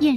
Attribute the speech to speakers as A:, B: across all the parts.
A: 燕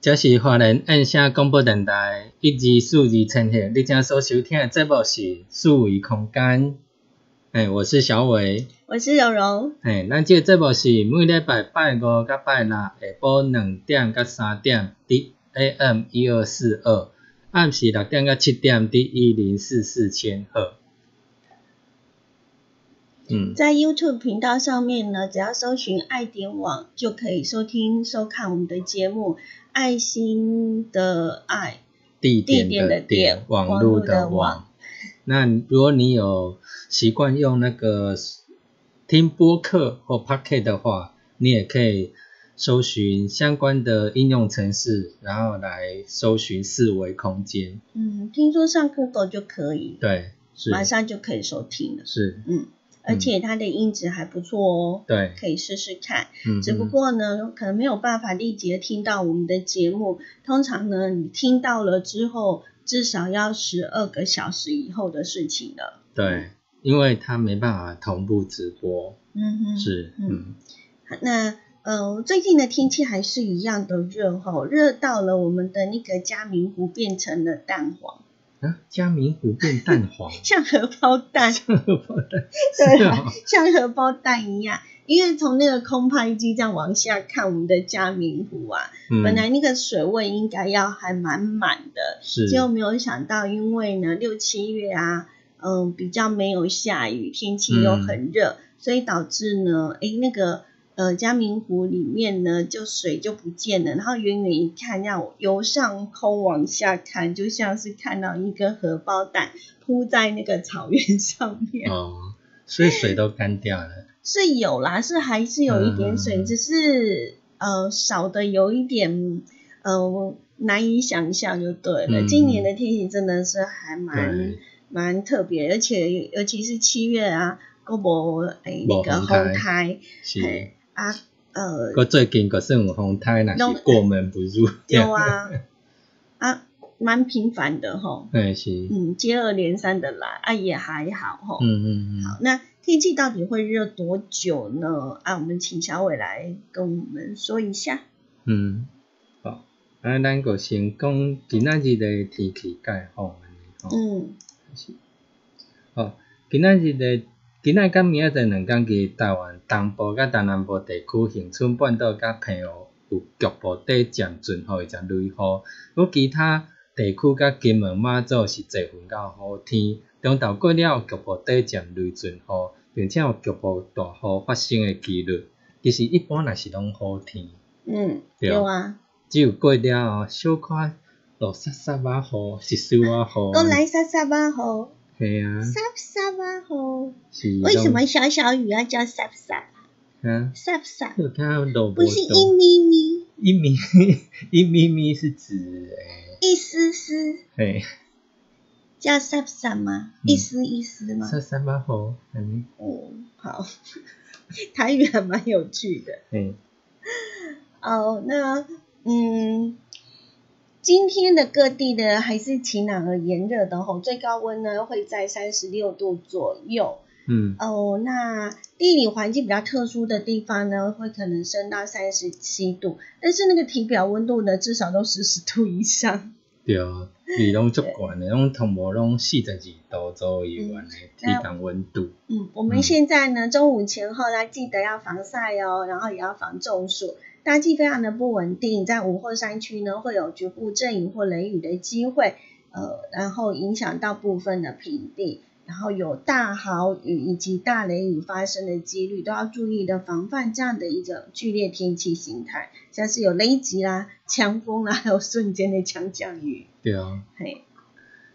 B: 这是华人音声广播电台一二四二千赫，你正所收听的节目是四维空间。哎，我是小伟。
C: 我是柔柔，
B: 哎，咱这个节目是每礼拜拜五甲拜六下晡两点甲三点伫 AM 一二四二，暗时六点甲七点伫一零四四千赫。嗯，
C: 在 YouTube 频道上面呢，只要搜寻“爱点网”就可以收听收看我们的节目《爱心的爱
B: 地
C: 地
B: 点
C: 点的
B: 的点，网络的
C: 的
B: 网。那如果你有习惯用那个听播客或 Pocket 的话，你也可以搜寻相关的应用程式，然后来搜寻四维空间。
C: 嗯，听说上 Google 就可以，
B: 对，是
C: 马上就可以收听了。
B: 是，
C: 嗯，而且它的音质还不错哦，
B: 对，
C: 可以试试看。
B: 嗯，
C: 只不过呢，可能没有办法立即地听到我们的节目。通常呢，你听到了之后，至少要十二个小时以后的事情了。
B: 对，因为它没办法同步直播，
C: 嗯哼，
B: 是，
C: 嗯
B: 嗯，
C: 那呃，最近的天气还是一样的热哈、热到了我们的那个嘉明湖变成了蛋黄，
B: 啊，加明湖变蛋黄，
C: 像荷包蛋，
B: 是
C: 对啊
B: 哦，
C: 像荷包蛋一样。因为从那个空拍机这样往下看我们的嘉明湖啊，
B: 嗯
C: 本来那个水位应该要还蛮满的，
B: 是，
C: 结果没有想到，因为呢六七月啊，嗯、比较没有下雨，天气又很热，所以导致呢，诶，那个呃嘉明湖里面呢，就水就不见了，然后远远一看，让我由上空往下看，就像是看到一个荷包蛋铺在那个草原上面，
B: 哦，所以水都干掉了，
C: 是有啦，是还是有一点水，
B: 嗯
C: 只是呃少的有一点呃难以想象就对了。
B: 嗯
C: 今年的天气真的是还蛮
B: 对，
C: 蛮特别，而且尤其是七月啊，个无诶那
B: 没
C: 个
B: 风台
C: 风台
B: 是。
C: 啊，呃，
B: 佮最近佮算有风台，若是过门不入。
C: 对， 啊，啊，蛮频繁的吼，
B: 嘿是，嗯
C: 嗯，接二连三的来，啊也还好吼。
B: 嗯嗯，
C: 好，那天气到底会热多久呢？啊，我们请小伟来跟我们说一下。
B: 嗯，好，啊，咱就先讲今仔日的天气概况安尼吼。
C: 嗯
B: 好，今仔日的今仔甲明仔载两天期，台湾东部甲东南部地区、恒春半岛甲澎湖有局部短暂阵雨以及雷雨，佮其他地区甲金门、马祖是侪云到好天。中昼过了有局部短暂雷阵雨，并且有局部大雨发生的几率。其实一般也是拢好天，
C: 嗯，
B: 对
C: 有啊，
B: 只有过了后，小可落沙沙啊雨，是收啊雨。
C: 都来沙沙巴吼，
B: 嘿啊，
C: 沙沙巴吼。
B: 是拢。
C: 为什么小小雨要叫沙沙
B: 啊？
C: 沙沙？
B: 有看到落
C: 不是
B: 无
C: 一
B: 多。
C: 咪咪，
B: 一米 一米米是指哎诶，
C: 一丝丝
B: 嘿，
C: 叫沙沙吗？一丝一丝吗？
B: 沙沙啊雨，安尼，
C: 嗯，好， 台语还蛮有趣的。
B: 嘿，
C: 哦，那嗯，今天的各地的还是晴朗而炎热的吼，最高温呢会在三十六度左右。
B: 嗯
C: 哦，那地理环境比较特殊的地方呢，会可能升到三十七度，但是那个体表温度呢，至少都四十度以上。
B: 对，离拢足悬诶，拢同无拢四十二度左右安尼，体
C: 那
B: 感温度，
C: 嗯，我们
B: 嗯
C: 现在呢，中午前后呢，记得要防晒哦，然后也要防中暑。大气非常的不稳定，在午后山区呢，会有局部阵雨或雷雨的机会，呃，然后影响到部分的平地，然后有大豪雨以及大雷雨发生的几率，都要注意的防范这样的一个剧烈天气形态，像是有雷击啦、强风啦，还有瞬间的强降雨。
B: 对。
C: 嘿，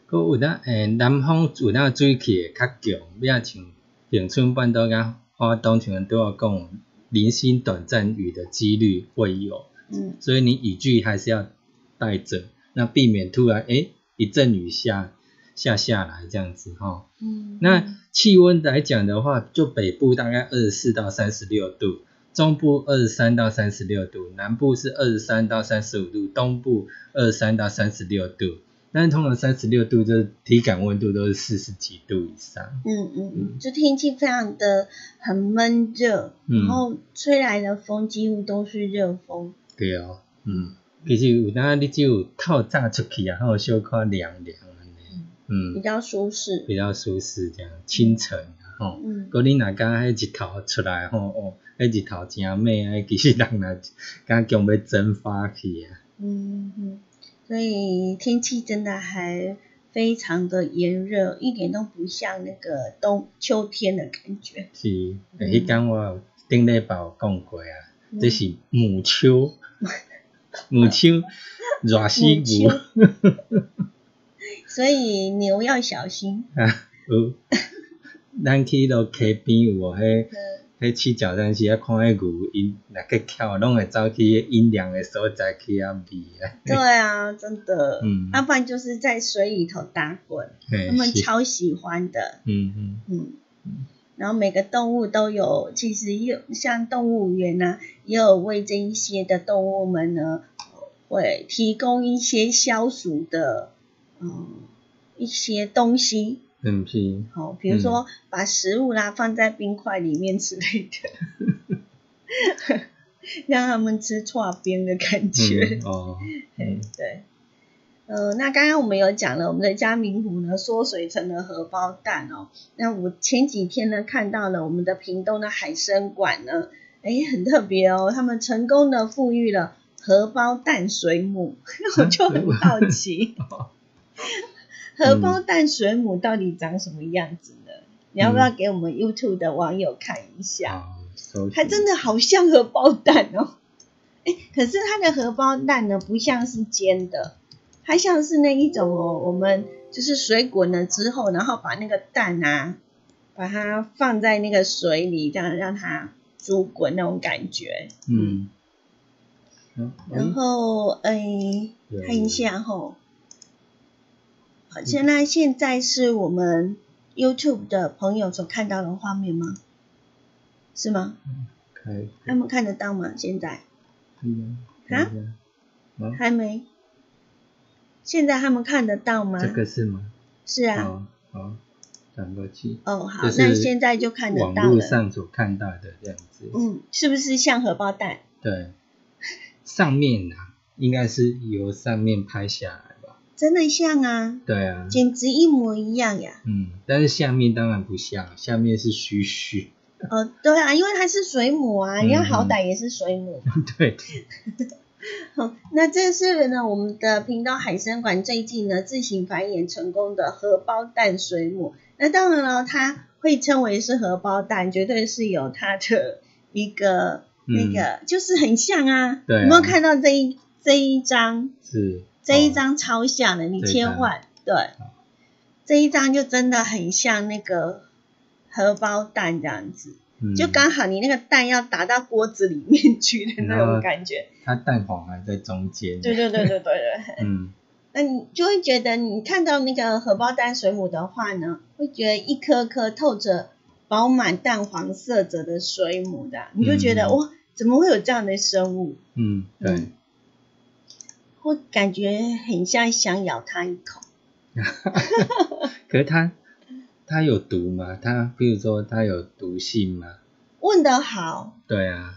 B: 佮有当诶，南方有当水气会较强，比较像恒春半岛甲花东像拄我讲，零星短暂雨的几率会有，
C: 嗯，
B: 所以你雨具还是要带着，那避免突然诶一阵雨下下下来这样子吼。
C: 嗯
B: 那气温来讲的话，就北部大概二十四到三十六度，中部二十三到三十六度，南部是二十三到三十五度，东部二十三到三十六度。但是通常三十六度就是体感温度都是四十几度以上。
C: 嗯嗯嗯，
B: 嗯
C: 就天气非常的很闷热，
B: 嗯
C: 然后吹来的风几乎都是热风。
B: 对哦，嗯，其实有当你只有透早出去啊，然后小可凉凉安尼，
C: 比
B: 嗯，
C: 较舒适。
B: 比较舒适这样，清晨啊吼。
C: 嗯，
B: 果你若敢迄日头出来吼，哦，迄日头真美啊，其实人若敢强要蒸发去啊，
C: 嗯嗯，所以天气真的还非常的炎热，一点都不像那个冬秋天的感觉。
B: 是，诶，迄天我有顶礼拜有讲过啊，
C: 嗯
B: 这是母秋，母秋热死牛
C: 母秋所以牛要小心。
B: 啊， 有，咱去到溪边有无迄
C: 嗯
B: 迄七角山时啊，看迄牛，因若去跳，拢会走去迄阴凉的所在去啊避啊，
C: 对啊，真的。
B: 嗯
C: 要不然就是在水里头打滚，
B: 嘿
C: 他啊们
B: 是
C: 超喜欢的。
B: 嗯嗯，
C: 嗯，然后每个动物都有，其实也有像动物园呢、也有为这一些的动物们呢，会提供一些消暑的，嗯，一些东西，
B: 嗯是，
C: 好、比如说把食物啦、放在冰块里面之类的，让他们吃串冰的感觉。
B: 嗯哦，嗯。
C: 对，呃，那刚刚我们有讲了，我们的嘉明湖呢缩水成了荷包蛋哦。那我前几天呢看到了我们的屏东的海参馆呢，诶，很特别哦，他们成功的富裕了荷包蛋水母， 我就很好奇，荷包蛋水母到底长什么样子呢？你要不要给我们 YouTube 的网友看一下？
B: 哦，收
C: 它
B: 集
C: 真的好像荷包蛋哦。 哎，可是它的荷包蛋呢，不像是煎的，它像是那一种哦，我们就是水滚了之后，然后把那个蛋啊，把它放在那个水里，这样让它煮滚那种感觉。
B: 嗯，嗯
C: 然后哎，
B: 有
C: 看一下吼、好，现在现在是我们 YouTube 的朋友所看到的画面吗？是吗？
B: 开
C: 他们看得到吗？现在？
B: 嗯，
C: 啊
B: 看一下哦
C: 还没。现在他们看得到吗？
B: 这个是吗？
C: 是啊，
B: 哦，好，转过去，
C: 哦好
B: 这，是
C: 那现在就看得
B: 网
C: 到
B: 络
C: 了。
B: 上所看到的这样子，
C: 嗯，是不是像荷包蛋？
B: 对，上面啊，应该是由上面拍下来吧？
C: 真的像啊，
B: 对啊，
C: 简直一模一样呀！
B: 嗯，但是下面当然不像，下面是虚虚，
C: 哦，对啊，因为它是水母啊，
B: 嗯
C: 人家好歹也是水母。
B: 对，
C: 好，那这是呢，我们的屏东海参馆最近呢自行繁衍成功的荷包蛋水母。那当然了，它会称为是荷包蛋，绝对是有它的一个、那
B: 嗯
C: 个，就是很像啊。
B: 对啊
C: 有没有看到这一这一张
B: 是
C: 这一
B: 哦
C: 张超像的，你
B: 这一
C: 切
B: 张
C: 换对，这一张就真的很像那个荷包蛋这样子，
B: 嗯
C: 就刚好你那个蛋要打到锅子里面去的那
B: 然
C: 种
B: 后
C: 感觉。
B: 它蛋黄还在中间，
C: 对对对对对对，
B: 嗯，
C: 那你就会觉得你看到那个荷包蛋水母的话呢，会觉得一颗颗透着饱满淡黄色泽的水母的，啊你就觉得、
B: 嗯
C: 哇，怎么会有这样的生物？
B: 嗯，对
C: 嗯，会感觉很像想咬它一口。
B: 可是它它有毒吗？它比如说它有毒性吗？
C: 问得好，
B: 对啊，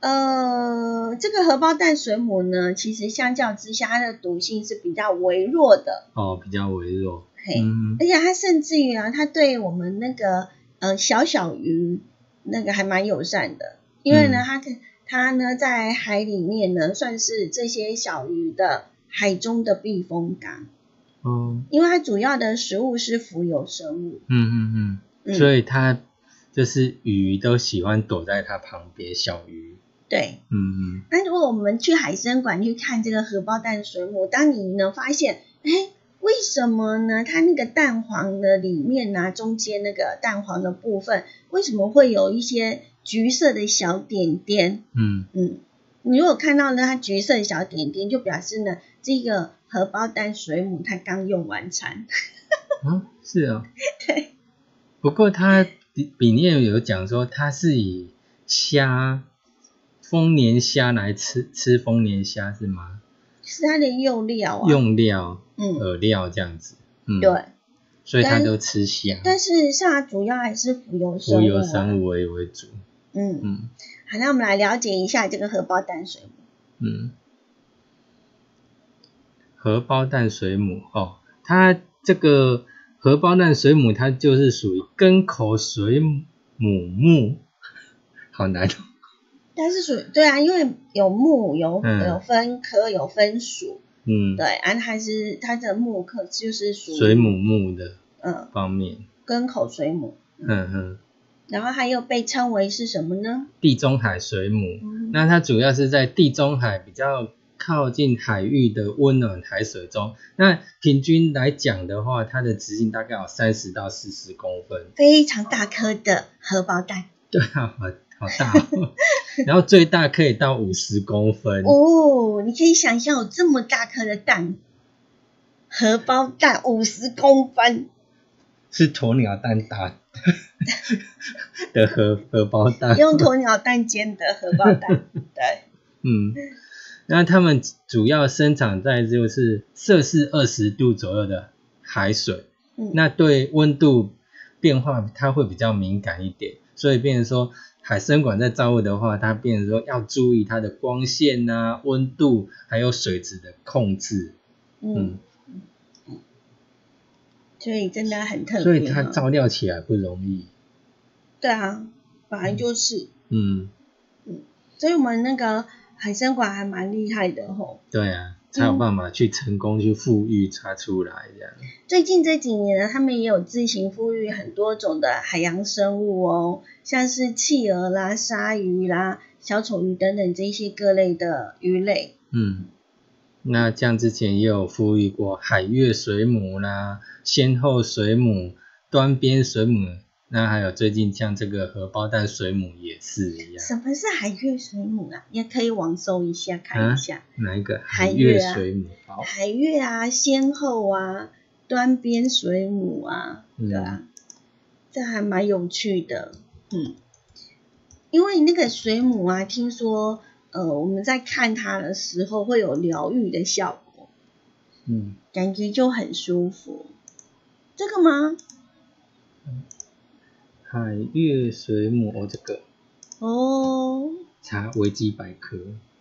C: 呃，这个荷包蛋水母呢，其实相较之下，它的毒性是比较微弱的，
B: 哦，比较微弱，
C: 嘿，哎
B: 嗯
C: 而且它甚至于啊，它对我们那个呃小小鱼那个还蛮友善的，因为呢，
B: 嗯
C: 它它呢在海里面呢，算是这些小鱼的海中的避风港，
B: 哦，
C: 因为它主要的食物是浮游生物，
B: 嗯嗯嗯，
C: 嗯，
B: 所以它就是鱼都喜欢躲在它旁边，小鱼，
C: 对，
B: 嗯
C: 那如果我们去海参馆去看这个荷包蛋水母，当你呢发现，哎，为什么呢？它那个蛋黄的里面呢、中间那个蛋黄的部分，为什么会有一些橘色的小点点？
B: 嗯
C: 嗯，你如果看到呢它橘色的小点点，就表示呢这个荷包蛋水母它刚用完餐。
B: 嗯，啊，是 哦，不过它里里面有讲说，它是以虾丰年虾来吃吃丰年虾是吗？
C: 是它的幼料啊，
B: 用料
C: 嗯，
B: 饵料这样子，嗯，
C: 对，，
B: 所以它
C: 但
B: 都吃虾，
C: 但事实上它主要还是浮游生物、
B: 浮
C: 啊，
B: 游生物为为主，
C: 嗯，
B: 嗯
C: 好，那我们来了解一下这个荷包蛋水母。
B: 嗯，荷包蛋水母哦，它这个荷包蛋水母它就是属于根口水母目，好难哦，
C: 它是属于对啊，因为有目有
B: 嗯
C: 有分科有分属，
B: 嗯，
C: 对，啊，它是它的目科就是属于
B: 水母，目的
C: 嗯，
B: 方面，
C: 根口水母，
B: 嗯嗯，
C: 然后它又被称为是什么呢？
B: 地中海水母，
C: 嗯
B: 那它主要是在地中海比较靠近海域的温暖海水中，那平均来讲的话，它的直径大概有三十到四十公分。
C: 非常大颗的荷包蛋，
B: 对啊，好好大、哦，然后最大可以到五十公分，
C: 哦，你可以想象有这么大颗的蛋，荷包蛋五十公分，
B: 是鸵鸟蛋大的荷荷包蛋。
C: 用鸵鸟蛋煎的荷包 蛋，对，
B: 嗯，那它们主要生长在就是摄氏二十度左右的海水，
C: 嗯，
B: 那对温度变化它会比较敏感一点，所以变成说海参馆在照顾的话，它变成说要注意它的光线啊、温度还有水质的控制。嗯
C: 嗯，所以真的很特别、哦，
B: 所以它照料起来不容易。
C: 对啊，本来就是，
B: 嗯，
C: 所以我们那个海参馆还蛮厉害的吼。
B: 对啊，才
C: 嗯
B: 有办法去成功去富裕它出来这样。
C: 最近这几年呢，他们也有自行孵育很多种的海洋生物哦，像是企鹅啦、鲨鱼啦、小丑鱼等等这些各类的鱼类。
B: 嗯，那像之前也有富裕过海月水母啦、先后水母、端边水母，那还有最近像这个荷包蛋水母也是一样。
C: 什么是海月水母啊？也可以网搜一下看一下，
B: 哪一个？
C: 海
B: 月
C: 月啊
B: 水母。嗯好，
C: 海月啊、仙后啊、端边水母啊，对啊，这还蛮有趣的，嗯，因为那个水母啊，听说呃我们在看它的时候会有疗愈的效果，
B: 嗯，
C: 感觉就很舒服。这个吗？
B: 海月水母哦，这个
C: 哦，
B: 查维基百科，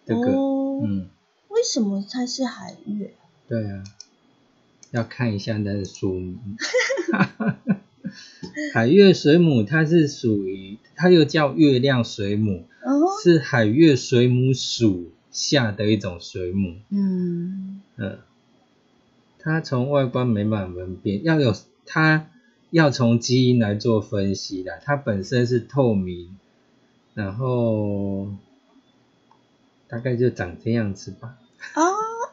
B: 这个，
C: 哦
B: 嗯，
C: 为什么它是海月？
B: 对啊，要看一下它的说 明。海月水母它是属于，它又叫月亮水母，
C: 哦，
B: 是海月水母属下的一种水母。
C: 嗯，
B: 嗯，它从外观没办法分辨，要有它要从基因来做分析的。它本身是透明，然后大概就长这样子吧。
C: 哦，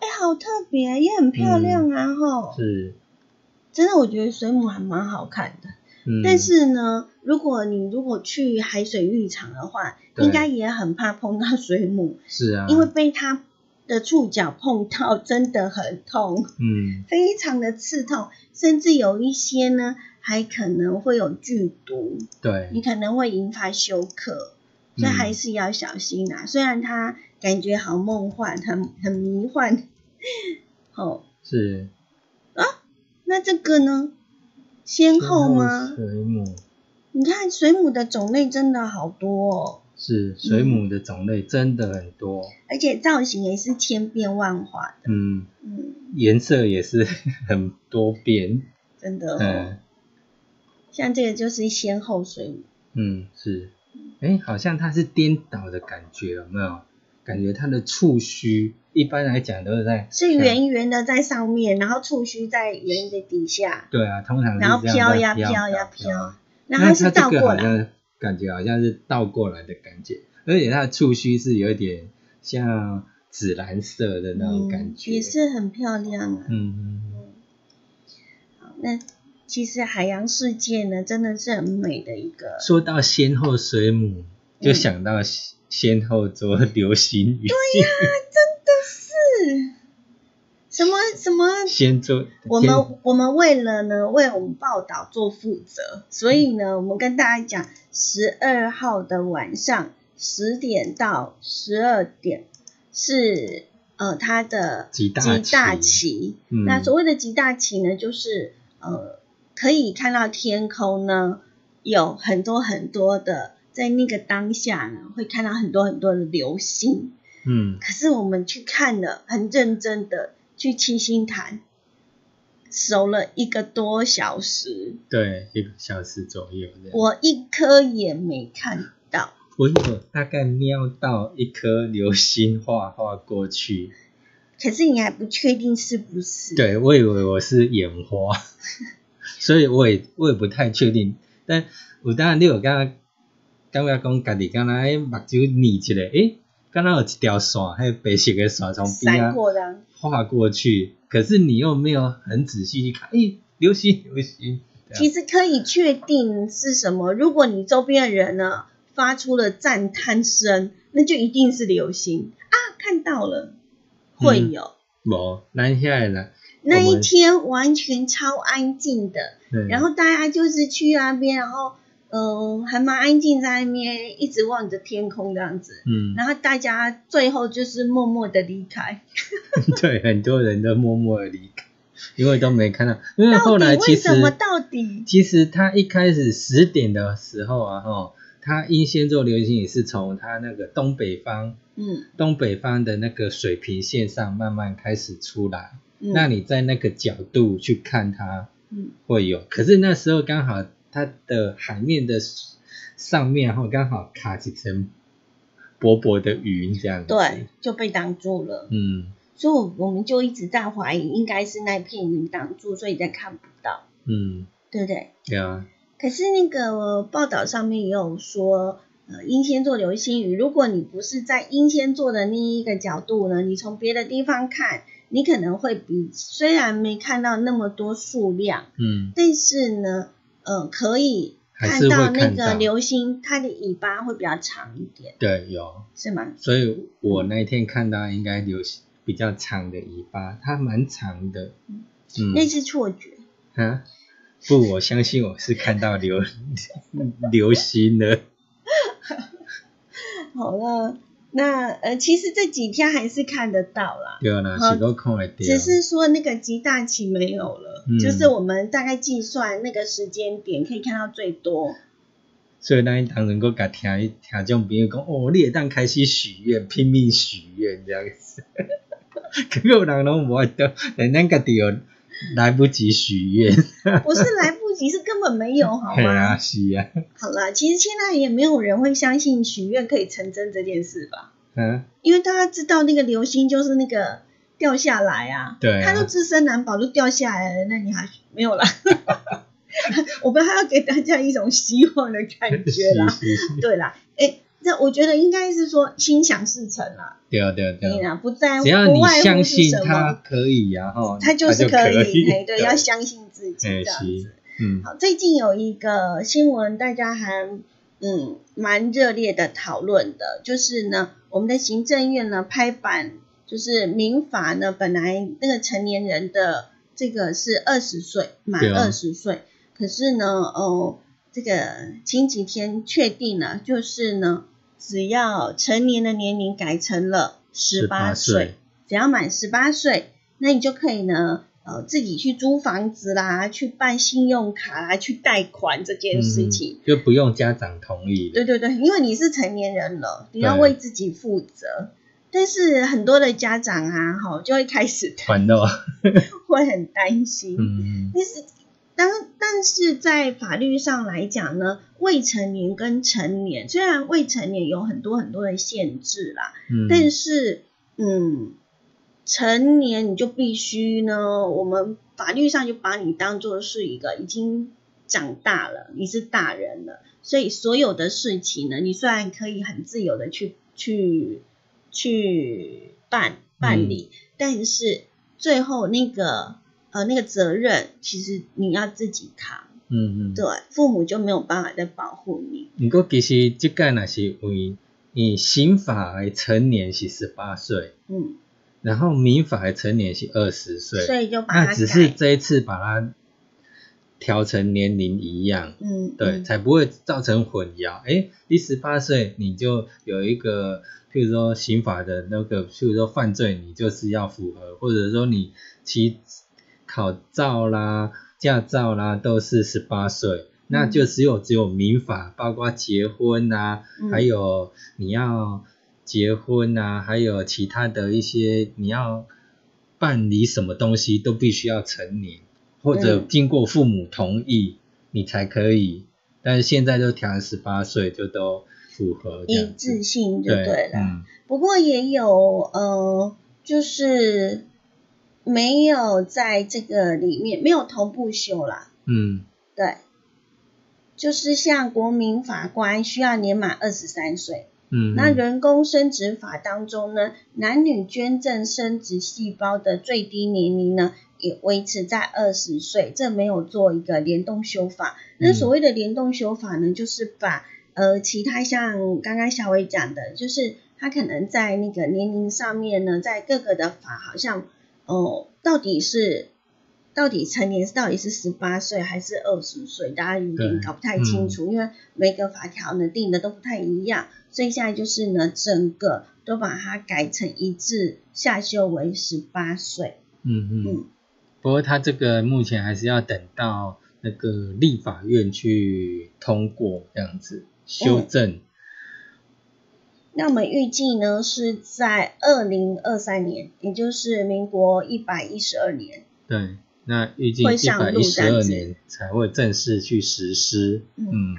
C: 哎、好特别，也很漂亮啊，吼、
B: 嗯是，
C: 真的，我觉得水母还蛮好看的。
B: 嗯，
C: 但是呢，如果你如果去海水浴场的话，
B: 对
C: 应该也很怕碰到水母，
B: 是啊，
C: 因为被它的触角碰到真的很痛，
B: 嗯
C: 非常的刺痛，甚至有一些呢还可能会有剧毒，
B: 对
C: 你可能会引发休克，所以
B: 嗯
C: 还是要小心啦。虽然它感觉好梦幻，很很迷幻， 哦，
B: 是
C: 那这个呢？先后吗？
B: 水母
C: 你看水母的种类真的好多哦，
B: 是水母的种类真的很多，
C: 而且造型也是千变万化的。
B: 嗯，
C: 嗯，
B: 颜色也是 很多变，
C: 真的、哦。
B: 嗯
C: 像这个就是先后水母，
B: 嗯是，哎，好像它是颠倒的感觉，有没有？感觉它的触须一般来讲都是在
C: 是
B: 嗯
C: 圆圆的在上面，然后触须在圆的底下，
B: 对啊，通常是
C: 然后
B: 这样
C: 飘呀
B: 在
C: 飘呀
B: 飘
C: 飘。然后它
B: 它
C: 是倒
B: 这个
C: 过
B: 好
C: 来。
B: 像感觉好像是倒过来的感觉，而且它的触须是有一点像紫蓝色的那种感觉，
C: 嗯也，是很漂亮啊。
B: 嗯，
C: 好那其实海洋世界呢，真的是很美的一个。
B: 说到先后水母，就想到先先后座流星雨，
C: 是什么什么
B: 先做
C: 我
B: 先
C: 们我们为了呢为我们报道做负责，所以呢，我们跟大家讲，十二号的晚上十点到十二点是呃它的
B: 集大
C: 集大
B: 旗
C: 旗。
B: 嗯
C: 那所谓的集大旗呢，就是呃可以看到天空呢有很多很多的，在那个当下呢会看到很多很多的流星。
B: 嗯
C: 可是我们去看了，很认真的去七星潭，守了一个多小时，
B: 对一个小时左右这样，
C: 我一颗也没看到。
B: 我有大概瞄到一颗流星划划过去，
C: 可是你还不确定是不是？，
B: 对，我以为我是眼花， 所以我也我也不太确定。但有当然你有感觉，感觉讲家己敢若迄目睭眯一个，诶，敢若有一条线，迄白色的线从边
C: 闪
B: 啊
C: 过的啊
B: 划过去，可是你又没有很仔细去看，诶，流星流星，这样
C: 其实可以确定是什么。如果你周边的人呢发出了赞叹声，那就一定是流星啊，看到了，会有。
B: 无咱遐的人，
C: 那
B: 嗯我
C: 一
B: 们
C: 天完全超安静的，
B: 嗯
C: 然后大家就是去那边，然后嗯、呃还蛮安静在那边，一直望着天空这样子。
B: 嗯，
C: 然后大家最后就是默默的离开。
B: 对，很多人都默默的离开，因为都没看到，因为
C: 到
B: 后
C: 底
B: 来
C: 为
B: 其实
C: 什么？到底
B: 其实他一开始十点的时候啊，哈，他英仙座流星也是从他那个东北方
C: 嗯
B: 东北方的那个水平线上慢慢开始出来，
C: 嗯，
B: 那你在那个角度去看它
C: 嗯
B: 会有，可是那时候刚好它的海面的上面哈刚好卡几层薄薄的云这样子，
C: 对，就被挡住了，
B: 嗯
C: 所以我们就一直在怀疑，应该是那片云挡住，所以才看不到，
B: 嗯，
C: 对不对？
B: 对啊，
C: 可是那个报道上面也有说，呃，英仙座流星雨，如果你不是在英仙座的另一个角度呢，你从别的地方看，你可能会比虽然没看到那么多数量，
B: 嗯
C: 但是呢，呃，可以
B: 还
C: 看
B: 是会
C: 到那
B: 看
C: 个
B: 到
C: 流星，它的尾巴会比较长一点，
B: 对有，
C: 是吗？
B: 所以我那一天看到应该有比较长的尾巴，它蛮长的。嗯，
C: 那是错觉，
B: 啊，不，我相信我是看到 流流星了。
C: 好了。那呃，其实这几天还是看得到啦，
B: 对啦，
C: 好
B: 是都看得到。
C: 只是说那个极大期没有了，
B: 啊嗯
C: 就是我们大概计算那个时间点可以看到最 多。
B: 所以咱当然够甲听听众朋友讲，哦，你会当开始许愿，拼命许愿这样子。可是有人拢无得，连咱家己有来不及许愿。
C: 不是来不及，是根本没有，好
B: 嘿啊，
C: 吗？
B: 是啊，
C: 好啦，其实现在也没有人会相信许愿可以成真这件事吧？
B: 嗯，
C: 因为大家知道那个流星就是那个掉下来啊，
B: 对啊
C: 它都自身难保，都掉下来了，那你还没有啦？ 我们还要给大家一种希望的感觉 啦
B: 是，是是，
C: 对啦，哎，这我觉得应该是说心想事成啊，
B: 对对
C: 对
B: 对，
C: 啦，不在
B: 只要
C: 不
B: 你
C: 外乎
B: 相
C: 是
B: 信
C: 什
B: 他
C: 么，
B: 可以呀、啊，哈，
C: 他就是
B: 可
C: 以，嘿对，要
B: 哎
C: 相信自己这样子
B: 是。，嗯，
C: 好，最近有一个新闻，大家还嗯蛮热烈的讨论的，就是呢，我们的行政院呢拍板，就是民法呢本来那个成年人的这个是二十岁，满
B: 对啊
C: 二十岁，可是呢，哦，这个前几天确定了，就是呢，只要成年的年龄改成了十八
B: 18
C: 岁
B: 岁，
C: 只要满十八岁，那你就可以呢，呃，自己去租房子啦，去办信用卡啦，去贷款这件事情。
B: 嗯就不用家长同意
C: 对
B: 了，
C: 对对，因为你是成年人了，你要
B: 对
C: 为自己负责。但是很多的家长啊，哈，就会开始
B: 烦恼，
C: 会很担心。
B: 嗯，
C: 但是，当但是在法律上来讲呢，未成年跟成年，虽然未成年有很多很多的限制啦，
B: 嗯
C: 但是，嗯，成年你就必须呢，我们法律上就把你当做是一个已经长大了，你是大人了，所以所有的事情呢，你虽然可以很自由的去去去办办理，
B: 嗯
C: 但是最后那个呃那个责任，其实你要自己扛，
B: 嗯嗯，
C: 对，父母就没有办法再保护你，
B: 不过其实即届若是为以刑法的成年是十八岁，
C: 嗯，
B: 然后民法的成年是二十
C: 所
B: 岁，
C: 以就把它
B: 那
C: 改，
B: 只是这一次把它调成年龄一样，
C: 嗯，
B: 对，
C: 嗯
B: 才不会造成混淆。诶，你十八岁你就有一个，譬如说刑法的那个，譬如说犯罪，你就是要符合，或者说你骑考照啦、驾照啦都是十八岁，那就只有只有民法，包括结婚啊呐、
C: 嗯
B: 还有你要结婚呐、还有其他的一些你要办理什么东西都必须要成年，或者
C: 嗯
B: 经过父母同意，你才可以。但是现在都调十八岁，就都符合这
C: 一
B: 样子
C: 致性就
B: 对
C: 对了。
B: 嗯，
C: 不过也有呃，就是没有在这个里面没有同步修啦，
B: 嗯，
C: 对，就是像国民法官需要年满二十三岁，
B: 嗯，
C: 那人工生殖法当中呢，男女捐赠生殖细胞的最低年龄呢，也维持在二十岁，这没有做一个联动修法。那
B: 嗯
C: 所谓的联动修法呢，就是把呃其他像刚刚小伟讲的，就是他可能在那个年龄上面呢，在各个的法好像哦、到底是。到底成年到底是十八岁还是二十岁，大家有点
B: 对
C: 搞不太清楚，因为每个法条呢定的都不太一样。所以现在就是呢，整个都把它改成一致下修为十八岁。
B: 嗯嗯
C: 嗯
B: 嗯。不过他这个目前还是要等到那个立法院去通过这样子修正。
C: 那我们预计呢是在二零二三年，也就是民国一百一十二年。
B: 对，那预计
C: 会
B: 一
C: 上
B: 百
C: 路
B: 一
C: 这
B: 十
C: 样
B: 二
C: 子
B: 年才会正式去实施。
C: 嗯
B: 嗯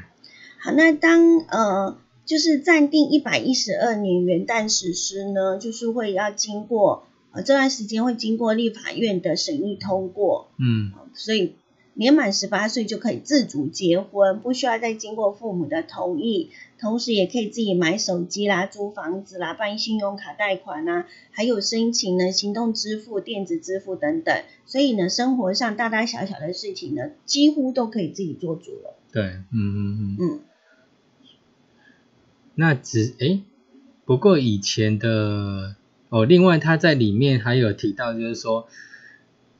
C: 好，那当呃就是暂定一百一十二年元旦实施呢，就是会要经过呃这段时间会经过立法院的审议通过。
B: 嗯
C: 所以年满十八岁就可以自主结婚，不需要再经过父母的同意，同时也可以自己买手机啦、租房子啦、办信用卡贷款啦，还有申请呢行动支付、电子支付等等。所以呢，生活上大大小小的事情呢，几乎都可以自己做主了。
B: 对，嗯嗯嗯。
C: 嗯，
B: 那只诶，不过以前的哦，另外他在里面还有提到，就是说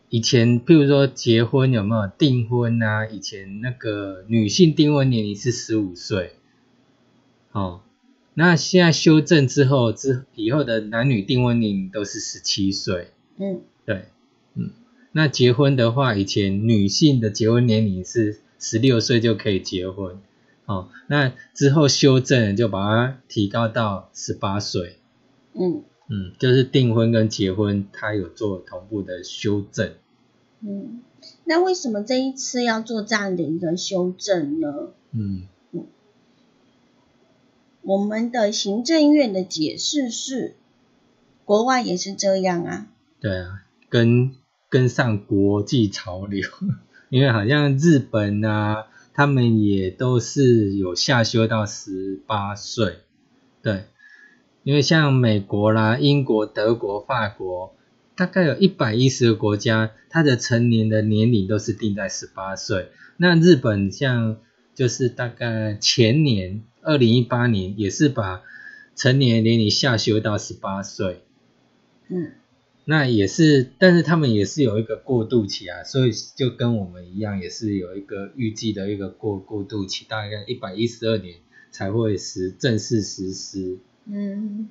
B: 以前，譬如说结婚有没有订婚啊？以前那个女性订婚年龄是十五岁，哦，那现在修正之后，之以后的男女订婚年龄都是十七岁，
C: 嗯，
B: 对，嗯，那结婚的话，以前女性的结婚年龄是十六岁就可以结婚，哦，那之后修正就把它提高到十八岁，
C: 嗯，
B: 嗯，就是订婚跟结婚它有做同步的修正，
C: 嗯。那为什么这一次要做这样的一个修正呢？
B: 嗯
C: 我们的行政院的解释是，国外也是这样啊，
B: 对啊，跟跟上国际潮流， 因为好像日本啊，他们也都是有下修到十八岁，对，因为像美国啦、英国、德国、法国，大概有一百一十个国家，它的成年的年龄都是定在十八岁。那日本像就是大概前年二零一八年也是把成年年龄下修到十八岁。
C: 嗯，
B: 那也是，但是他们也是有一个过渡期啊，所以就跟我们一样，也是有一个预计的一个过过渡期，大概一百一十二年才会实正式实施。
C: 嗯，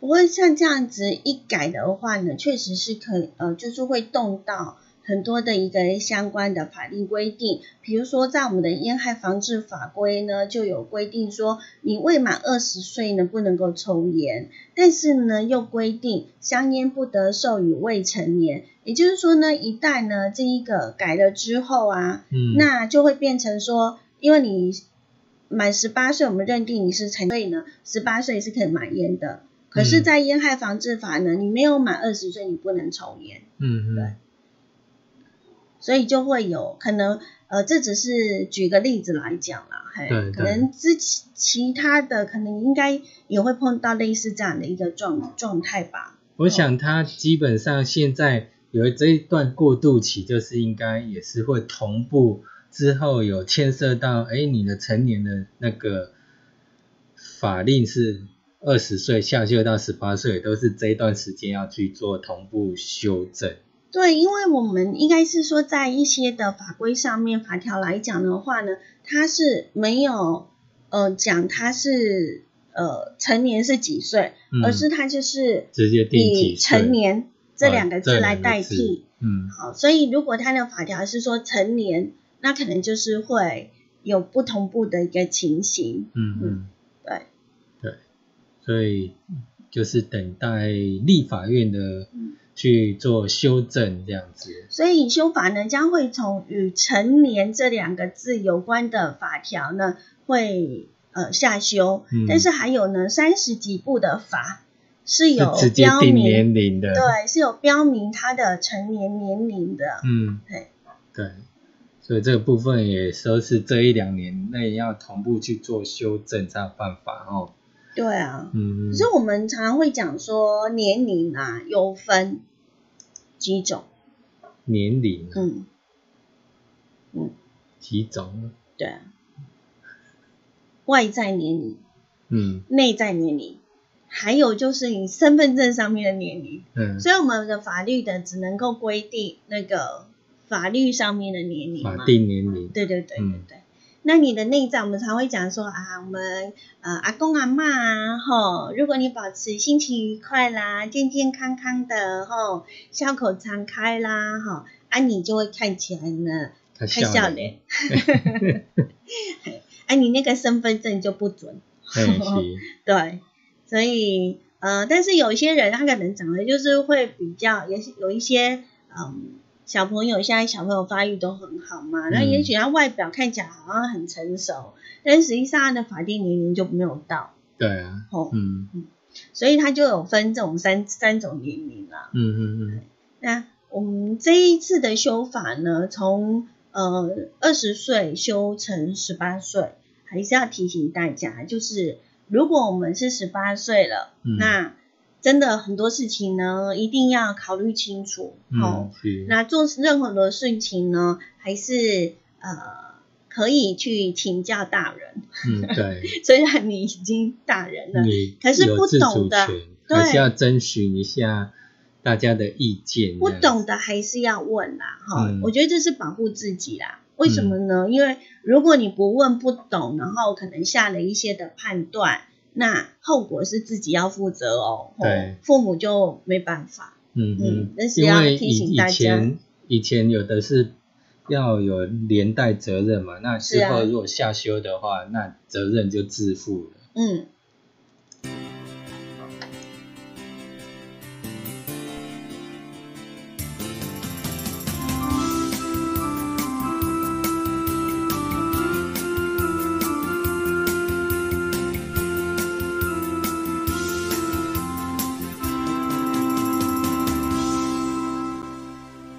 C: 不过像这样子一改的话呢，确实是可呃，就是会动到很多的一个相关的法律规定，比如说在我们的烟害防治法规呢，就有规定说，你未满二十岁呢不能够抽烟，但是呢又规定香烟不得授予未成年，也就是说呢，一旦呢这一个改了之后啊，
B: 嗯，
C: 那就会变成说，因为你满十八岁，我们认定你是成年呢，十八岁是可以买烟的。可是，
B: 嗯
C: 在烟害防治法呢，你没有满二十岁，你不能抽烟，
B: 嗯嗯，
C: 所以就会有可能，呃，这只是举个例子来讲啦，嘿，
B: 对对
C: 可能之其其他的可能应该也会碰到类似这样的一个状状态吧，
B: 我想它基本上现在有这一段过渡期，就是应该也是会同步之后有牵涉到，哎，你的成年的那个法令是二十岁下修到十八岁，都是这一段时间要去做同步修正。
C: 对，因为我们应该是说，在一些的法规上面法条来讲的话呢，它是没有呃讲它是呃成年是几岁，
B: 嗯
C: 而是它就是
B: 直接定几
C: 以
B: 岁
C: 成年这两个
B: 啊
C: 字来
B: 这两个
C: 代
B: 字
C: 替。
B: 嗯
C: 好，所以如果它的法条是说成年，那可能就是会有不同步的一个情形。
B: 嗯嗯
C: 嗯，对
B: 对，所以就是等待立法院的
C: 嗯
B: 去做修正这样子。
C: 所以修法呢，将会从与成年这两个字有关的法条呢，会呃下修，
B: 嗯
C: 但是还有呢三十几部的法是有
B: 是直接
C: 标
B: 定
C: 明，
B: 年龄的，
C: 对，是有标明它的成年年龄的，
B: 嗯，
C: 对
B: 对，所以这个部分也都是这一两年内要同步去做修正才有办法哦。
C: 对啊。
B: 嗯
C: 可，是我们常常会讲说年龄啊有分几种，
B: 年龄啊
C: 嗯，
B: 几种啊，
C: 对啊，外在年龄、
B: 嗯
C: 内在年龄，还有就是你身份证上面的年龄。
B: 嗯，
C: 所以我们的法律的只能够规定那个法律上面的年龄嘛
B: 法。定年龄，
C: 对对对对
B: 嗯
C: 对。那你的内在，我们才会讲说啊，我们呃阿公阿嬷啊，吼，如果你保持心情愉快啦，健健康康的吼，笑口常开啦，吼，啊你就会看起来呢
B: 他
C: 太笑
B: 脸
C: 脸，， 啊你那个身份证就不准，
B: 哎是，
C: 对，所以呃，但是有一些人他可能长得就是会比较，也是有一些嗯小朋友，现在小朋友发育都很好嘛，那也
B: 嗯
C: 许他外表看起来好像很成熟，但实际上他的法定年龄就没有到
B: 对啊，
C: 哦，
B: 嗯
C: 所以他就有分这种三三种年龄啦。
B: 嗯嗯嗯，
C: 那我们这一次的修法呢，从呃二十岁修成十八岁，还是要提醒大家，就是如果我们是十八岁了，
B: 嗯
C: 那真的很多事情呢，一定要考虑清楚。
B: 嗯，
C: 哦
B: 是，
C: 那做任何的事情呢，还是呃可以去请教大人，
B: 嗯对，
C: 虽然你已经大人了，
B: 你
C: 可是
B: 有
C: 不
B: 自主
C: 懂的
B: 权
C: 对
B: 还是要征询一下大家的意见，
C: 不
B: 这样
C: 懂的还是要问啦，哈、
B: 嗯
C: 我觉得这是保护自己啦。为什么呢？因为如果你不问不懂，然后可能下了一些的判断，那后果是自己要负责哦。吼
B: 对
C: 父母就没办法。
B: 嗯嗯
C: 嗯，但是
B: 因
C: 要
B: 为
C: 提
B: 以
C: 醒
B: 以
C: 大家
B: 前以前有的是要有连带责任嘛，那
C: 是
B: 之
C: 啊
B: 后如果下修的话，那责任就自负了。
C: 嗯，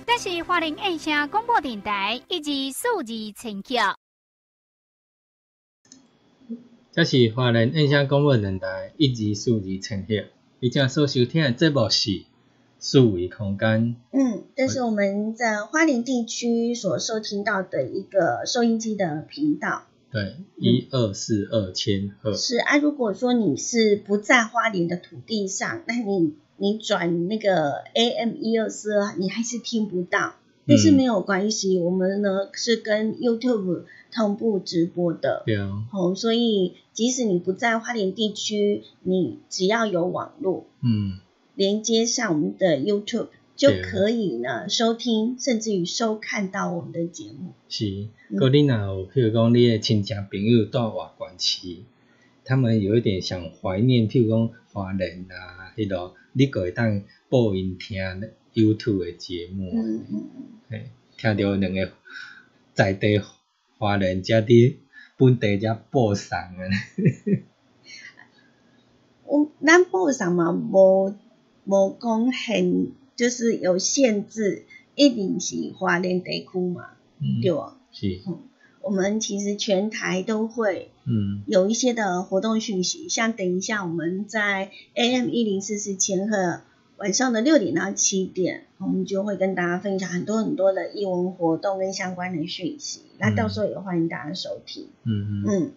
A: 这是花莲印象广播电台以及数字陈曲。
B: 这是华人印象广播电台一二四二千赫，你正所收听的节目是《四维空间》。
C: 嗯，这是我们在花莲地区所收听到的一个收音机的频道。
B: 对，
C: 嗯
B: 一二四二千赫。
C: 是啊，如果说你是不在花莲的土地上，那你你转那个 AM 一二四二，你还是听不到，但是没有关系，我们呢是跟 YouTube 同步直播的。
B: 对啊，
C: 哦，所以即使你不在花莲地区，你只要有网络
B: 嗯，
C: 连接上我们的 YouTube，就可以呢收听甚至于收看到我们的节目。
B: 是。
C: 嗯
B: 搁你若有，譬如讲你的亲戚朋友住外县市，他们有一点想怀念，譬如讲华人啊，迄落，你就会当报因听 YouTube 的节目。啊
C: 嗯嗯嗯。
B: 嘿，听到两个在地华人遮伫本地遮播送安尼，
C: 我咱报上嘛无无讲很，就是有限制，一定是华联地区嘛，
B: 嗯
C: 对哦。
B: 是，
C: 我们其实全台都会
B: 嗯
C: 有一些的活动讯息，像等一下我们在 AM 一零四四千赫晚上的六点到七点，我们就会跟大家分享很多很多的艺文活动跟相关的讯息，那到时候也欢迎大家收听。
B: 嗯嗯，
C: 嗯，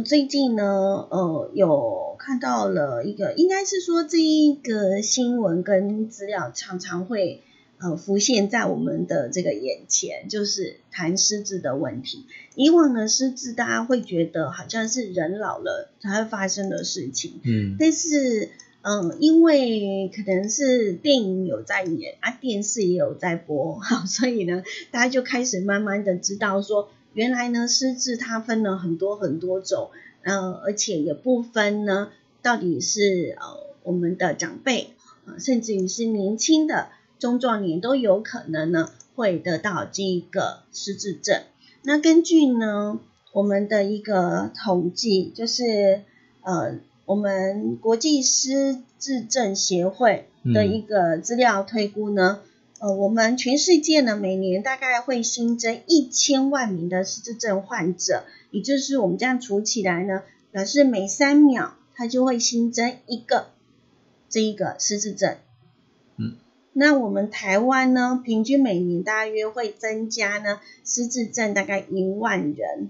C: 嗯，最近呢，呃，有看到了一个，应该是说这一个新闻跟资料常常会呃浮现在我们的这个眼前，就是谈失智的问题。以往呢，失智大家会觉得好像是人老了才会发生的事情，
B: 嗯
C: 但是，嗯，因为可能是电影有在演啊，电视也有在播， 好，所以呢，大家就开始慢慢的知道说，原来呢，失智它分了很多很多种，呃，而且也不分呢，到底是呃我们的长辈，呃甚至于是年轻的中壮年都有可能呢会得到这个失智症。那根据呢我们的一个统计，就是呃我们国际失智症协会
B: 嗯
C: 的一个资料推估呢，呃我们全世界呢每年大概会新增一千万名的失智症患者，也就是我们这样除起来呢，表示每三秒它就会新增一个这一个失智症。
B: 嗯
C: 那我们台湾呢，平均每年大约会增加呢失智症大概一万人，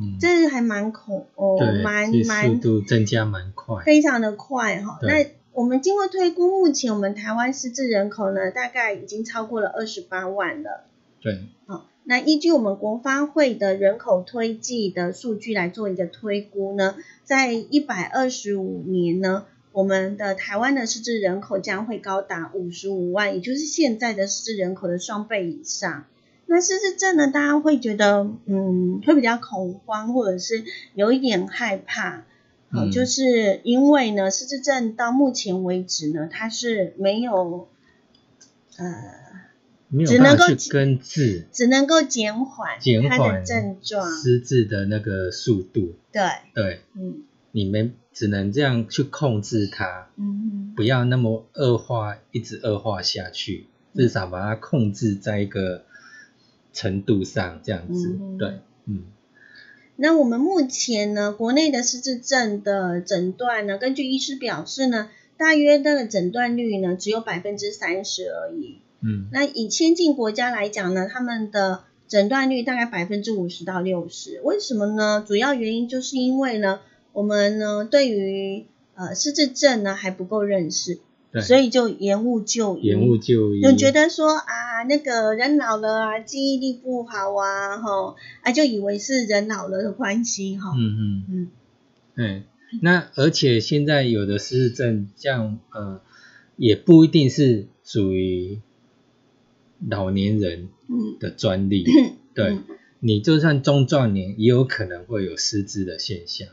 B: 嗯，
C: 这还蛮恐哦，蛮
B: 对，这速
C: 蛮
B: 度增加蛮快，
C: 非常的快哈、那
B: 对
C: 我们经过推估，目前我们台湾失智人口呢，大概已经超过了二十八万了。
B: 对，
C: 好，那依据我们国发会的人口推计的数据来做一个推估呢，在一百二十五年呢，我们的台湾的失智人口将会高达五十五万，也就是现在的失智人口的双倍以上。那失智症呢，大家会觉得，嗯，会比较恐慌，或者是有一点害怕。好、
B: 嗯
C: 就是因为呢，失智症到目前为止呢，它是没有，呃，
B: 没有
C: 只
B: 办
C: 能
B: 法
C: 够
B: 去根治
C: 只能够减缓
B: 减
C: 它的
B: 缓
C: 症状。
B: 失智的那个速度，
C: 对，
B: 对，
C: 嗯
B: 你们只能这样去控制它，
C: 嗯
B: 不要那么恶化，一直恶化下去，至少把它控制在一个程度上，这样子，
C: 嗯
B: 对，嗯
C: 那我们目前呢，国内的失智症的诊断呢，根据医师表示呢，大约的诊断率呢只有百分之三十而已。
B: 嗯
C: 那以先进国家来讲呢，他们的诊断率大概百分之五十到六十。为什么呢？主要原因就是因为呢，我们呢对于呃失智症呢还不够认识，
B: 对，
C: 所以就延误就医。
B: 延误就医，
C: 就觉得说啊，那个人老了啊，记忆力不好啊，吼，啊就以为是人老了的关系，哈，
B: 嗯嗯
C: 嗯
B: 嗯，那而且现在有的失智症，像呃，也不一定是属于老年人
C: 嗯
B: 的专利，对
C: 嗯
B: 你就算中壮年，也有可能会有失智的现象，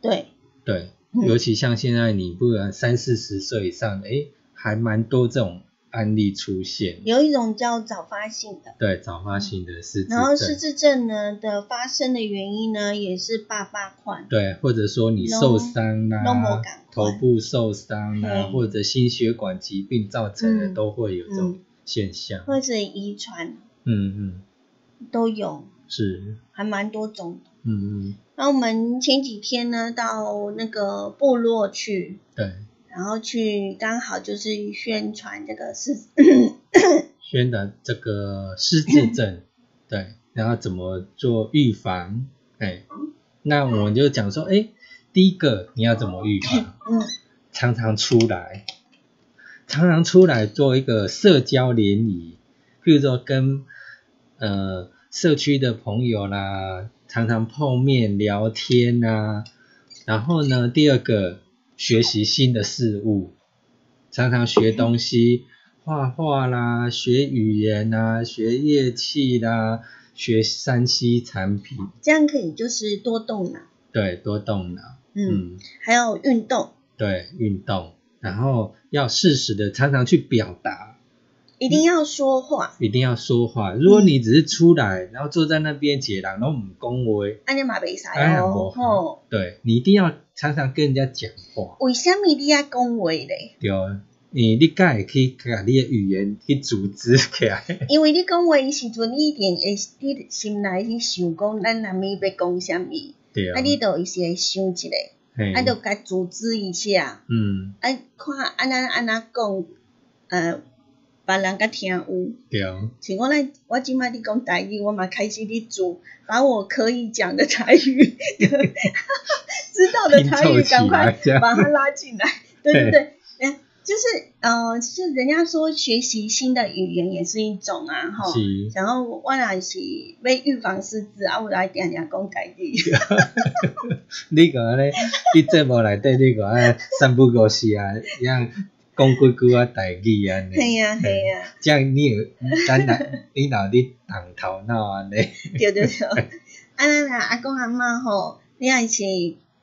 C: 对，
B: 对，
C: 嗯
B: 尤其像现在你不然三四十岁以上，诶，还蛮多这种案例出现，
C: 有一种叫早发性的，
B: 对，早发性的失智
C: 然后失
B: 症，
C: 智症呢的发生的原因呢，也是爸爸款，
B: 对，或者说你受伤啦、
C: 拢无感
B: 头
C: 款
B: 部受伤啦、
C: 嘿
B: 或者心血管疾病造成的，
C: 嗯
B: 都会有这种现象。
C: 或者遗传
B: 嗯嗯，
C: 都有，
B: 是，
C: 还蛮多种的，
B: 嗯嗯，
C: 那我们前几天呢，到那个部落去，
B: 对，
C: 然后去刚好就是宣传这个是，
B: 宣导这个失智 症，对，然后怎么做预防？哎，那我们就讲说，哎，第一个你要怎么预防？
C: 嗯
B: 常常出来，常常出来做一个社交联谊，譬如说跟呃社区的朋友啦，常常碰面聊天呐、然后呢，第二个学习新的事物，常常学东西，画画啦，学语言啦，学乐器啦，学山西产品，
C: 这样可以就是多动脑，
B: 对，多动脑，
C: 嗯，
B: 嗯
C: 还有运动，
B: 对，运动，然后要适时的常常去表达，
C: 一定要说话，
B: 一定要说话。如果你只是出来，然后坐在那边解囊，然后唔恭维，
C: 安尼嘛袂使
B: 当然
C: 哦
B: 不，
C: 吼
B: 好。。对你一定要常常跟人家讲话，
C: 为什么你要讲话嘞？
B: 对，哦你你才会去把你的语言去组织起来。
C: 因为你讲话的时阵，你一定会你心内去想讲，咱阿咪要讲什么，
B: 对，嗯
C: 啊，你就会是会想一下，
B: 嘿
C: 啊，就甲组织一下，
B: 嗯，
C: 啊，看安那安那讲，呃，别人甲听有。
B: 对，哦
C: 像我咱我即摆你讲台语，我嘛开始咧做，把我可以讲的台语， 知道的台
B: 拼
C: 语，
B: 凑起来
C: 赶快
B: 这样
C: 把它拉进来。对
B: 对
C: 对对，嗯就是呃，就是人家说学习新的语言也是一种啊，吼。
B: 是，
C: 然后我若是要预防失智啊，我来定定讲台语。
B: 你个 咧，你节目内底你个啊，三不五时啊，这样讲几句啊台语安尼。
C: 嘿呀嘿呀，
B: 这样你有，咱脑你脑你动头脑啊安尼，
C: 对 对对。啊，咱若阿公阿嬷吼，你若是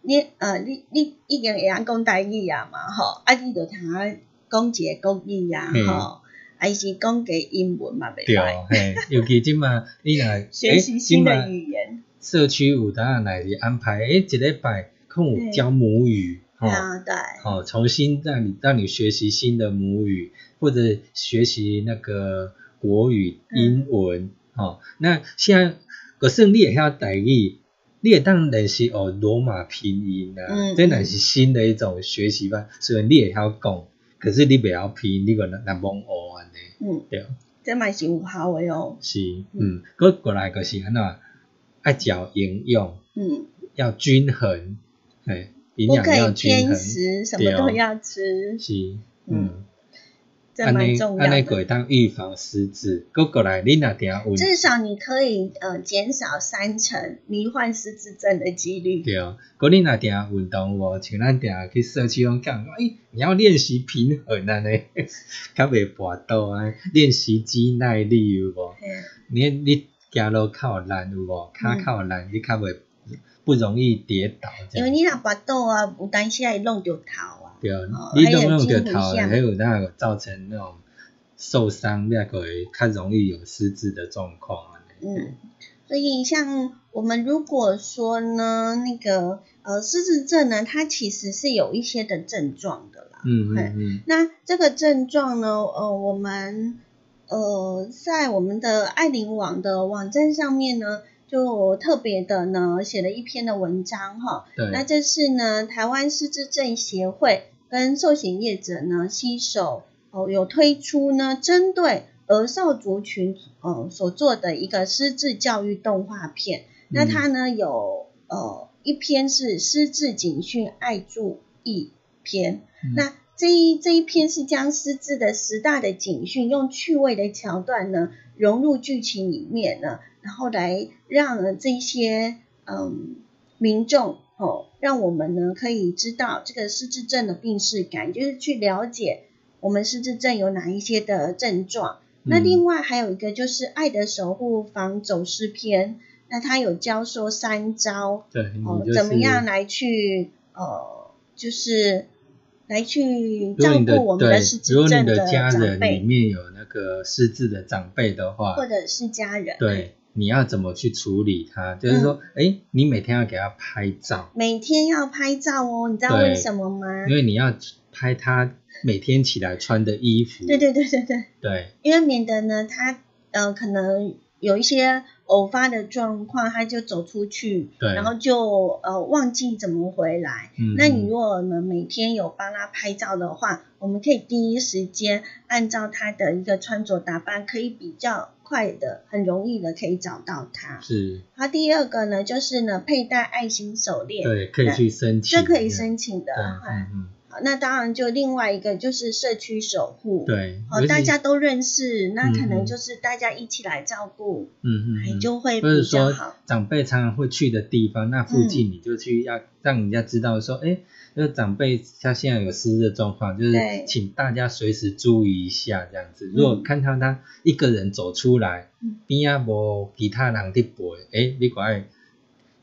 C: 你呃你你已经会晓讲台语啊嘛吼，啊你就通啊讲一个国语啊
B: 嗯
C: 吼，还是讲个英文嘛袂
B: 对
C: 歹。，
B: 嘿，尤其即马你若
C: 学习新
B: 诶
C: 的
B: 这
C: 语言，
B: 摆社区有当然来是安排，诶，一礼拜可能有教母语，吼
C: 对，啊对，
B: 哦，重新让你让你学习新的母语，或者学习那个国语、
C: 嗯
B: 英文，哦，那现在可是你也要台语。你也当然是学罗马拼音啊，
C: 嗯
B: 这乃是新的一种学习吧。虽然你也要讲，可是你袂晓拼，你个难难蒙学安尼。
C: 嗯，
B: 对，啊
C: 这嘛是有效的哦，
B: 是，嗯，佮过来就是安怎，爱嚼营养，
C: 嗯，
B: 要均衡，嘿，营
C: 不
B: 养
C: 可
B: 要
C: 以
B: 均衡，
C: 偏
B: 是，
C: 食，什么
B: 对
C: 都
B: 哦
C: 要吃，
B: 嗯，
C: 这蛮
B: 尼
C: 重
B: 安
C: 要
B: 尼
C: 的。
B: 会当预防失智，佮过来你若定有，
C: 至少你可以呃减少三成罹患失智症的几率。
B: 对，佮你若定有运动无，像咱定去社区拢讲，哎，你要练习平衡安尼， 较袂跋倒啊，练习肌耐力有无？
C: 嘿
B: 你你行路较有力有无？骹较有力，你较袂不容易跌倒这
C: 因
B: 样
C: 为。你若巴肚啊，有当时会弄着头啊。
B: 对，
C: 哦
B: 你
C: 还有
B: 弄弄着
C: 筋骨
B: 头，
C: 相
B: 还有那个造成那种受伤，那个会较容易有失智的状况啊。
C: 嗯，所以像我们如果说呢，那个呃失智症呢，它其实是有一些的症状的啦。
B: 嗯
C: 哎
B: 嗯嗯，
C: 那这个症状呢，呃，我们呃在我们的爱灵网的网站上面呢，就特别的呢写了一篇的文章哈、那
B: 对，
C: 这是呢，台湾失智症协会跟寿险业者呢携手哦，有推出呢针对儿少族群呃所做的一个失智教育动画片。那它呢有呃一篇是失智警讯爱注意篇，
B: 嗯
C: 那这一这一篇是将失智的十大的警讯，用趣味的桥段呢融入剧情里面呢，然后来让这些嗯民众哦，让我们呢可以知道这个失智症的病视感，就是去了解我们失智症有哪一些的症状。那
B: 嗯
C: 另外还有一个就是《爱的守护防走失篇》，那它有教授三招
B: 对，你
C: 哦
B: 嗯就，
C: 怎么
B: 是
C: 样来去呃，就是来去
B: 如果
C: 照
B: 你
C: 顾我们
B: 对
C: 失，智
B: 如果你
C: 症
B: 的家
C: 长
B: 人里
C: 辈
B: 面有那个失智的长辈的话，
C: 或者是家人，，
B: 对，你要怎么去处理他？
C: 嗯
B: 就是说，哎，你每天要给他拍照，
C: 每天要拍照哦，你知道
B: 对
C: 为什么吗？
B: 因为你要拍他每天起来穿的衣服。
C: 对对对对对，
B: 对，
C: 因为免得呢，他呃可能有一些偶发的状况，他就走出去，
B: 对
C: 然后就呃忘记怎么回来。
B: 嗯
C: 那你如果我们每天有帮他拍照的话，我们可以第一时间按照他的一个穿着打扮，可以比较快的、很容易的可以找到他。
B: 是
C: 好，第二个呢，就是呢佩戴爱心手链，
B: 对，可以去申请，
C: 这可以申请的。
B: 对，
C: 哎
B: 嗯嗯，
C: 好，那当然就另外一个就是社区守护，，
B: 对，
C: 哦，
B: 尤
C: 大
B: 其
C: 家都认识，那可
B: 嗯嗯
C: 能就是大家一起来照顾，
B: 嗯嗯
C: 哎
B: 嗯，
C: 就会
B: 或者
C: 比较
B: 说
C: 好。
B: 长辈常常会去的地方，那附近
C: 嗯
B: 你就去要让人家知道说，哎、那长辈他现在有失智的状况，就是
C: 对
B: 请大家随时注意一下这样子。如果看到他一个人走出来
C: 嗯，
B: 边啊无其他人伫陪，哎、你可爱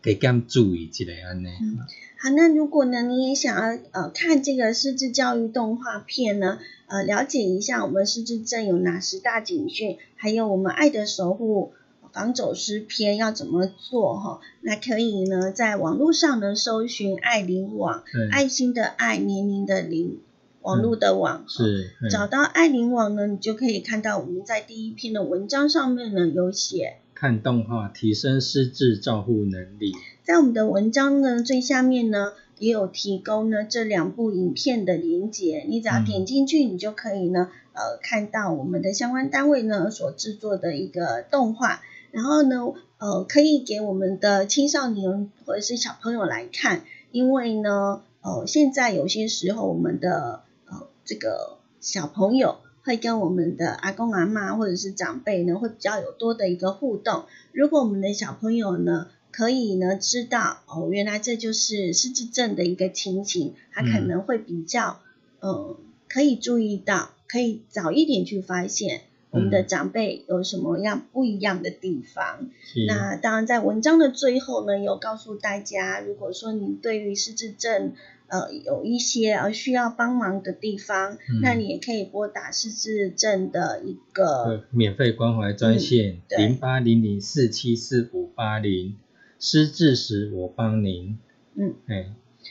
B: 给减注意一下安尼。
C: 嗯好，那如果呢，你也想要呃看这个失智教育动画片呢，呃，了解一下我们失智症有哪十大警讯，还有我们爱的守护防走失篇要怎么做哈、那可以呢，在网络上呢搜寻爱灵网，
B: 对，
C: 爱心的爱，年龄的龄，网络的网、
B: 是嗯
C: 找到爱灵网呢，你就可以看到我们在第一篇的文章上面呢有写，
B: 看动画提升失智照护能力。
C: 在我们的文章呢最下面呢也有提供呢这两部影片的连接，你只要
B: 嗯
C: 点进去，你就可以呢呃看到我们的相关单位呢所制作的一个动画，然后呢呃可以给我们的青少年或者是小朋友来看，因为呢呃现在有些时候我们的呃这个小朋友。会跟我们的阿公阿妈或者是长辈呢，会比较有多的一个互动，如果我们的小朋友呢，可以呢知道哦，原来这就是失智症的一个情形，他可
B: 嗯
C: 能会比较，呃，可以注意到，可以早一点去发现我们的
B: 嗯
C: 长辈有什么样不一样的地方。
B: 是
C: 那当然，在文章的最后呢，有告诉大家，如果说你对于失智症呃有一些呃需要帮忙的地方，那
B: 嗯
C: 你也可以拨打失智症的一个
B: 呃，免费关怀专线
C: 嗯对
B: 零八零零四七四五八零，失智时我帮您。
C: 嗯，
B: 哎，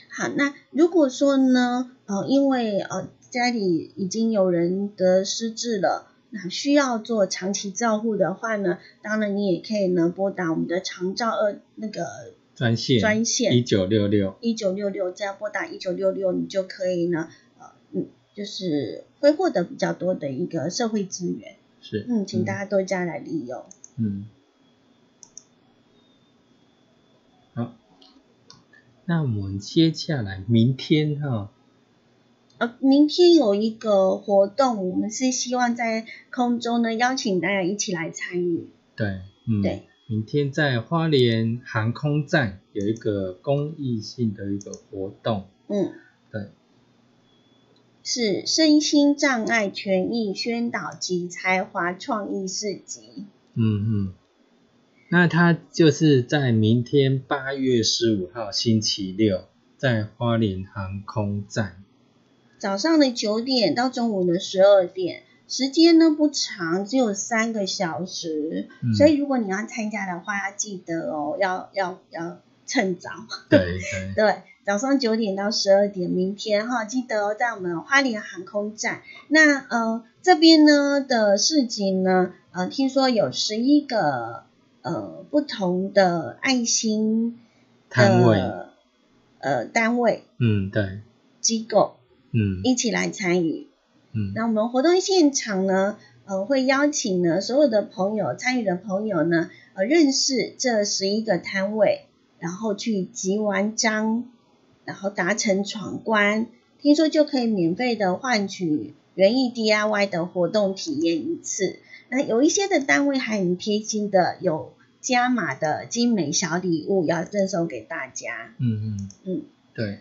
C: 好，那如果说呢，呃，因为呃家里已经有人得失智了，那需要做长期照护的话呢，当然你也可以呢拨打我们的长照二那个
B: 专线
C: 专
B: 一
C: 线
B: 九六六，
C: 一九六六，只要拨打一九六六，你就可以呢，呃，嗯，就是会获得比较多的一个社会资源。
B: 是，
C: 嗯，请大家多加来利用。
B: 嗯，好，那我们接下来明天哈、
C: 呃，明天有一个活动，我们是希望在空中呢邀请大家一起来参与。
B: 对，嗯，
C: 对，
B: 明天在花莲航空站有一个公益性的一个活动，
C: 嗯，
B: 对，
C: 是身心障碍权益宣导及才华创意市集。
B: 嗯嗯，那它就是在明天八月十五号星期六，在花莲航空站。
C: 早上的九点到中午的十二点，时间呢不长，只有三个小时，
B: 嗯
C: 所以如果你要参加的话，要记得哦，要要要趁早。
B: 对 对，
C: 对，早上九点到十二点，明天哈，记得哦，在我们花莲航空站。那呃，这边呢的市集呢，呃，听说有十一个呃不同的爱心
B: 摊位
C: 的呃单位
B: 嗯对，
C: 机构
B: 嗯
C: 一起来参与。
B: 嗯
C: 那我们活动现场呢，呃，会邀请呢所有的朋友参与的朋友呢，呃，认识这十一个摊位，然后去集完章，然后达成闯关，听说就可以免费的换取园艺 DIY 的活动体验一次。那有一些的单位还很贴心的，有加码的精美小礼物要赠送给大家。
B: 嗯嗯
C: 嗯，
B: 对，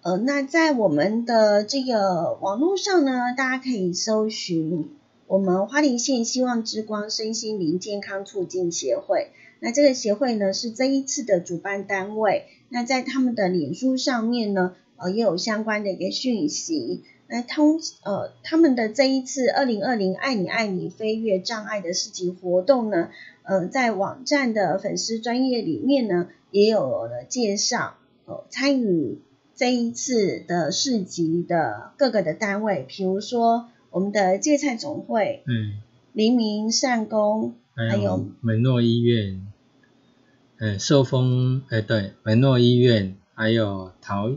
C: 呃，那在我们的这个网络上呢，大家可以搜寻我们花莲县希望之光身心灵健康促进协会。那这个协会呢是这一次的主办单位。那在他们的脸书上面呢，呃，也有相关的一个讯息。那通呃他们的这一次二零二零爱你爱你飞跃障碍的市集活动呢，呃，在网站的粉丝专业里面呢，也有了介绍。呃，参与这一次的市集的各个的单位，比如说我们的芥菜总会、
B: 嗯
C: 黎明善工、
B: 还
C: 还
B: 有
C: 有
B: 门诺医院，呃，寿丰，呃，对，门诺医院，还有桃，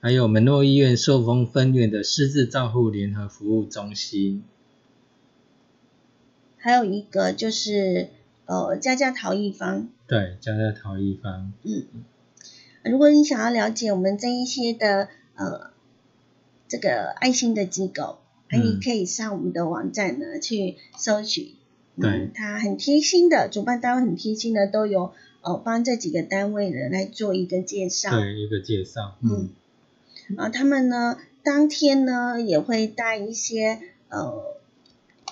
B: 还有门诺医院寿丰分院的失智照护联合服务中心。
C: 还有一个就是呃家家陶艺坊。
B: 对，加在陶艺方。
C: 如果你想要了解我们这一些的呃这个爱心的机构，那、
B: 嗯
C: 你可以上我们的网站呢去搜取。
B: 对
C: 嗯，他很贴心的，主办单位很贴心的，都有呃帮这几个单位呢来做一个介绍。
B: 对，一个介绍。嗯
C: 嗯，然后他们呢，当天呢也会带一些呃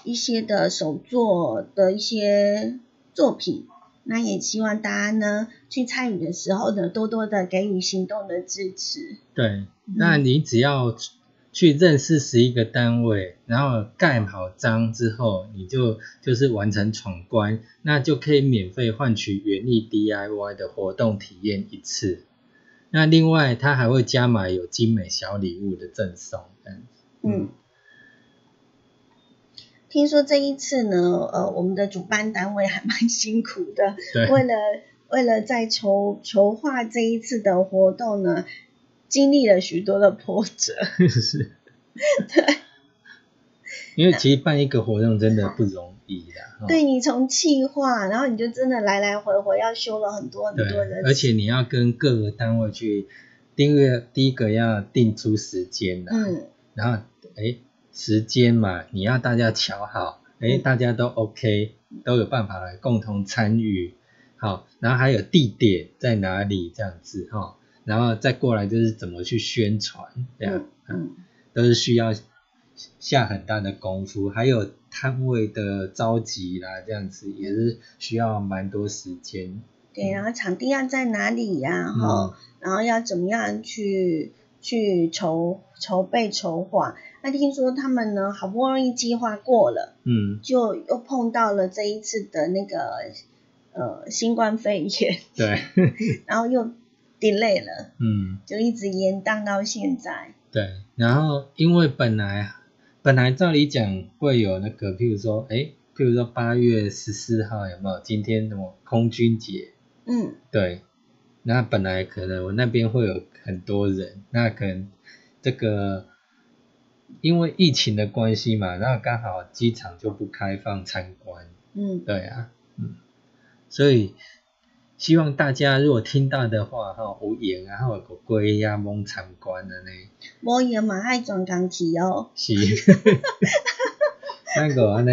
C: 一些的手作的一些作品，那也希望大家呢去参与的时候呢，多多的给予行动的支持。
B: 对，那你只要去认识十一个单位，然后盖好章之后，你就就是完成闯关，那就可以免费换取园艺 DIY 的活动体验一次。那另外，它还会加码有精美小礼物的赠送，这样子
C: 嗯，听说这一次呢，呃，我们的主办单位还蛮辛苦的，
B: 对
C: 为了为了在筹筹划这一次的活动呢，经历了许多的波折。
B: 是，因为其实办一个活动真的不容易啦，哦
C: 对你从气化，然后你就真的来来回回要修了很多很
B: 对
C: 多的，，
B: 而且你要跟各个单位去，第一个第一个要定出时间啦，
C: 嗯，
B: 然后哎，时间嘛，你要大家瞧好，哎，
C: 嗯
B: 大家都 OK，都有办法来共同参与，好，然后还有地点在哪里这样子哈、哦，然后再过来就是怎么去宣传，这样，
C: 嗯
B: 都是需要下很大的功夫，还有摊位的召集啦，这样子也是需要蛮多时间，
C: 对，然后场地要在哪里呀、
B: 嗯
C: 哈、然后要怎么样去去筹筹备筹划？那听说他们呢，好不容易计划过了，
B: 嗯，
C: 就又碰到了这一次的那个呃新冠肺炎，
B: 对，
C: 然后又 delay 了，
B: 嗯。
C: 就一直延宕到现在。
B: 对，然后因为本来本来照理讲会有那个，譬如说，诶，譬如说八月十四号有没有？今天什么空军节？
C: 嗯，
B: 对，那本来可能我那边会有很多人，那可能这个因为疫情的关系嘛，那刚好机场就不开放参观，
C: 嗯，
B: 对啊，嗯，所以希望大家如果听到的话，哈、有闲啊，哈，有龟呀，蒙参观的呢。
C: 无也嘛爱转工去哦。
B: 是， 咱个安尼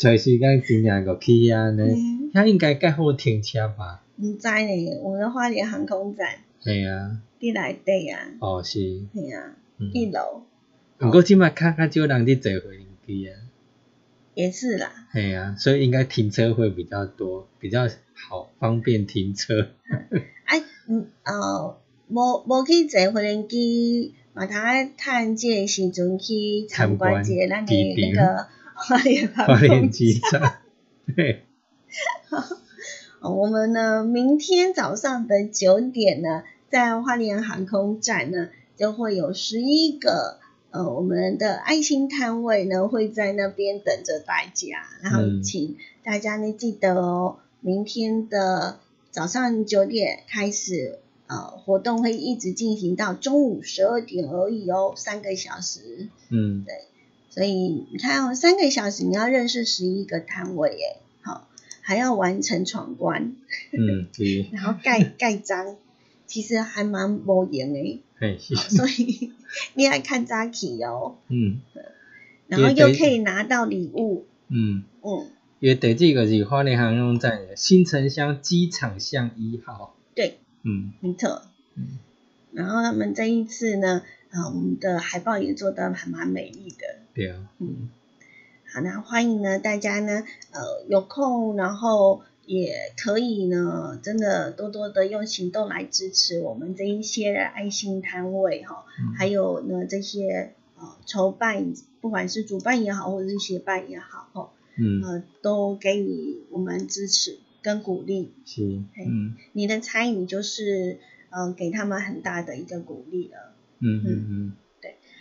B: 找时间尽量个去啊安尼，
C: 嗯
B: 遐应该较好停车吧？
C: 唔知呢，我们的花莲航空站
B: 系啊，
C: 伫内底啊，
B: 哦是，
C: 系啊，
B: 嗯，
C: 一楼
B: 不过即摆较较少人伫坐回龙机啊，
C: 也是啦。
B: 系啊，所以应该停车会比较多，比较好方便停车。
C: 哎、嗯呃，无无去坐飞轮机，嘛通爱趁这个时阵去参观一下咱的那个花莲航
B: 花莲
C: 空
B: 机
C: 站。
B: 场，对，
C: 哦我们呢，明天早上的九点呢，在花莲航空站呢，就会有十一个呃我们的爱心摊位呢，会在那边等着大家。然后
B: 嗯
C: 请大家呢记得哦，明天的早上九点开始，呃，活动会一直进行到中午十二点而已哦，三个小时。
B: 嗯，
C: 所以你看哦，三个小时你要认识十一个摊位耶，好，还要完成闯关。
B: 嗯是，
C: 然后盖盖章，其实还蛮无用的，
B: 嘿是，
C: 所以你要看扎起哦，
B: 嗯
C: 然后
B: 也
C: 又
B: 得
C: 可以拿到礼物，
B: 嗯。
C: 嗯，
B: 因为第几个是花莲航空站的新城乡机场巷一号，
C: 对，
B: 嗯
C: 没错。
B: 嗯。
C: 然后他们这一次呢，啊，我们的海报也做得还蛮美丽的。
B: 对啊，
C: 嗯，好，那欢迎呢大家呢，呃，有空然后也可以呢，真的多多的用行动来支持我们这一些爱心摊位哈、
B: 嗯
C: 还有呢这些呃筹办，不管是主办也好，或者是协办也好，哦，
B: 嗯
C: 呃，都给予我们支持跟鼓励。
B: 是，
C: 嘿
B: 嗯
C: 你的参与就是呃给他们很大的一个鼓励了。
B: 嗯嗯嗯嗯，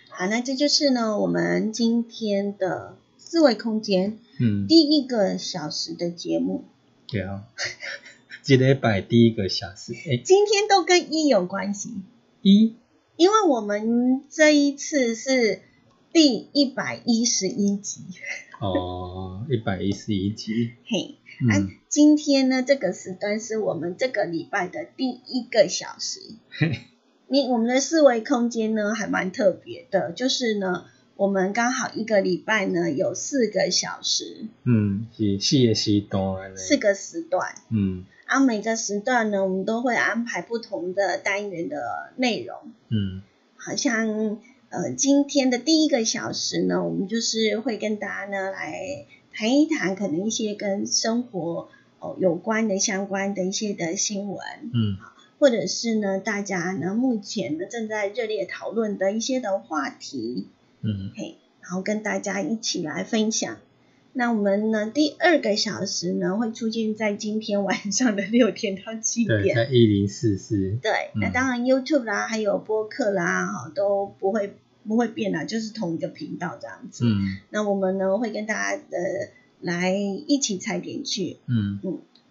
C: 好，那这就是呢我们今天的四维空间
B: 嗯，
C: 第一个小时的节目，
B: 对啊，一礼拜第一个小时，诶、
C: 今天都跟一有关系，
B: 一
C: 因为我们这一次是第一百一十一集，
B: 哦，一百一十一集，
C: 嘿，哎、
B: 嗯，
C: 今天呢这个时段是我们这个礼拜的第一个小时。
B: 嘿，
C: 你我们的四维空间呢还蛮特别的，就是呢我们刚好一个礼拜呢有四个小时，
B: 嗯，是四个时段安尼，
C: 四个时段。
B: 嗯
C: 啊，每个时段呢，我们都会安排不同的单元的内容。
B: 嗯
C: 好像呃，今天的第一个小时呢，我们就是会跟大家呢来谈一谈可能一些跟生活哦有关的相关的一些的新闻，
B: 嗯
C: 或者是呢大家呢目前呢正在热烈讨论的一些的话题，
B: 嗯
C: 嘿，然后跟大家一起来分享。那我们呢第二个小时呢会出现在今天晚上的六点到七
B: 对，
C: 点。
B: 在一零四四，
C: 对，那
B: 嗯
C: 当然 YouTube 啦，还有播客啦，哈，都不会不会变啦，就是同一个频道这样子。
B: 嗯
C: 那我们呢会跟大家呃来一起踩点去，
B: 嗯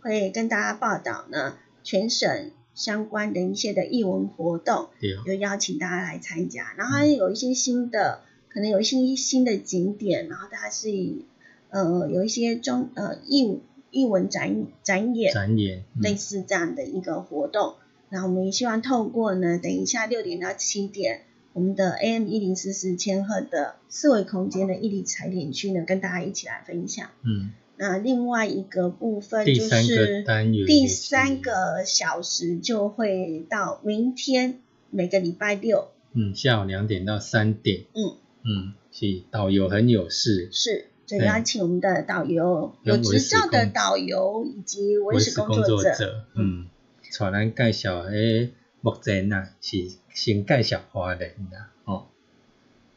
C: 会跟大家报道呢全省相关的一些的艺文活动，
B: 对，啊
C: 就邀请大家来参加。然后还有一些新的，可能有一些新的景点，然后它是以呃有一些中呃艺艺文展展演，
B: 展演，嗯
C: 类似这样的一个活动。那我们也希望透过呢，等一下六点到七点，我们的 AM 一零四四千赫的四维空间的一理踩点区呢，跟大家一起来分享。
B: 嗯
C: 那另外一个部分
B: 第
C: 就
B: 三个
C: 是
B: 单元
C: 第
B: 也是
C: 三个小时就会到明天，每个礼拜六
B: 嗯，下午两点到三点，
C: 嗯
B: 嗯，是导游很有事，
C: 是。就
B: 对
C: 邀请我们的导游、
B: 跟
C: 有
B: 文
C: 执
B: 史
C: 照的
B: 工
C: 导游以及文史工
B: 工
C: 作者，
B: 者，嗯，带咱介绍诶目前啊是先介绍华人啦，哦，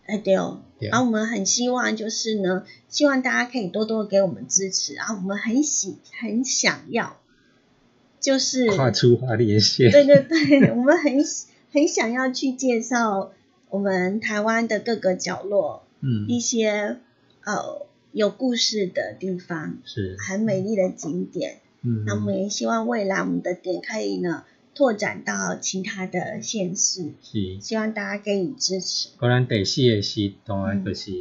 C: 哎，对哦，
B: 对
C: 然后我们很希望就是呢，希望大家可以多多给我们支持，然后我们很喜很想要，就是
B: 跨出华联线，
C: 对对对，我们很很想要去介绍我们台湾的各个角落
B: 嗯，
C: 一些呃有故事的地方，
B: 是，
C: 很美丽的景点。
B: 嗯，
C: 那我们也希望未来我们的点可以呢拓展到其他的县市，
B: 是，
C: 希望大家给予支持。
B: 果然第四个时段就是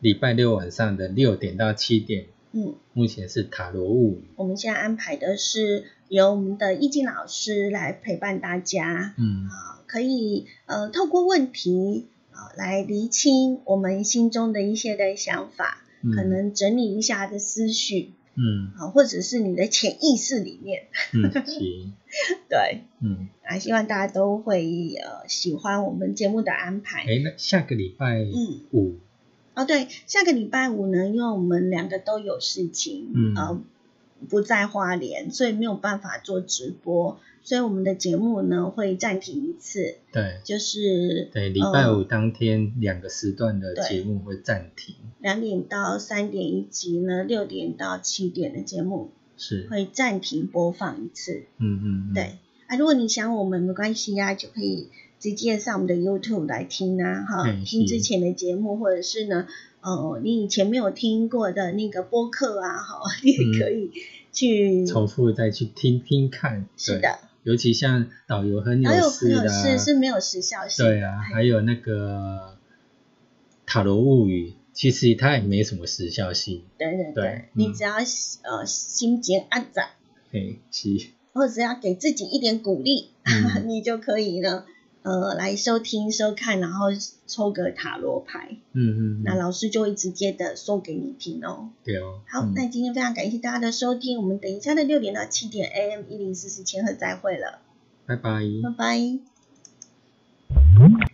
B: 礼拜六晚上的六点到七点，
C: 嗯。
B: 目前是塔罗物语，
C: 我们现在安排的是由我们的易静老师来陪伴大家，
B: 嗯
C: 啊，可以呃透过问题啊来厘清我们心中的一些的想法，
B: 嗯，
C: 可能整理一下的思绪
B: 嗯
C: 啊，或者是你的潜意识里面，
B: 嗯是，
C: 对
B: 嗯，
C: 啊，希望大家都会呃喜欢我们节目的安排。
B: 诶，那下个礼拜
C: 嗯，
B: 五，
C: 哦对，下个礼拜五呢，因为我们两个都有事情，
B: 嗯
C: 呃，不在花莲，所以没有办法做直播，所以我们的节目呢会暂停一次，
B: 对。
C: 就是
B: 对，礼拜五
C: 呃
B: 当天两个时段的
C: 对
B: 节目会暂停，
C: 两、点到三点一集呢，六点到七点的节目
B: 是，
C: 会暂停播放一次，
B: 嗯嗯，嗯
C: 对，啊，如果你想我们没关系啊，就可以直接上我们的 YouTube 来听啊，哈，
B: 嗯
C: 听
B: 是
C: 之前的节目，或者是呢，呃，你以前没有听过的那个播客啊，哈， 你也可以去，
B: 重复再去听听看，
C: 是
B: 对，
C: 的，
B: 尤其像导游很有
C: 还有朋
B: 事
C: 友
B: 的
C: 是
B: 啊，
C: 是没有时效性，
B: 对啊，还有那个塔罗物语，其实它也没什么时效性，
C: 对对
B: 对
C: 你
B: 嗯
C: 只要呃心情安展，
B: 嘿，是，
C: 或者要给自己一点鼓励，
B: 嗯
C: 你就可以呢。呃，来收听、收看，然后抽个塔罗牌，
B: 嗯嗯，
C: 那
B: 嗯
C: 老师就会直接的说给你听哦。
B: 对哦，
C: 好
B: 嗯，
C: 那今天非常感谢大家的收听，我们等一下的六点到七点 AM 一零四四千赫再会了，
B: 拜拜。
C: 拜拜。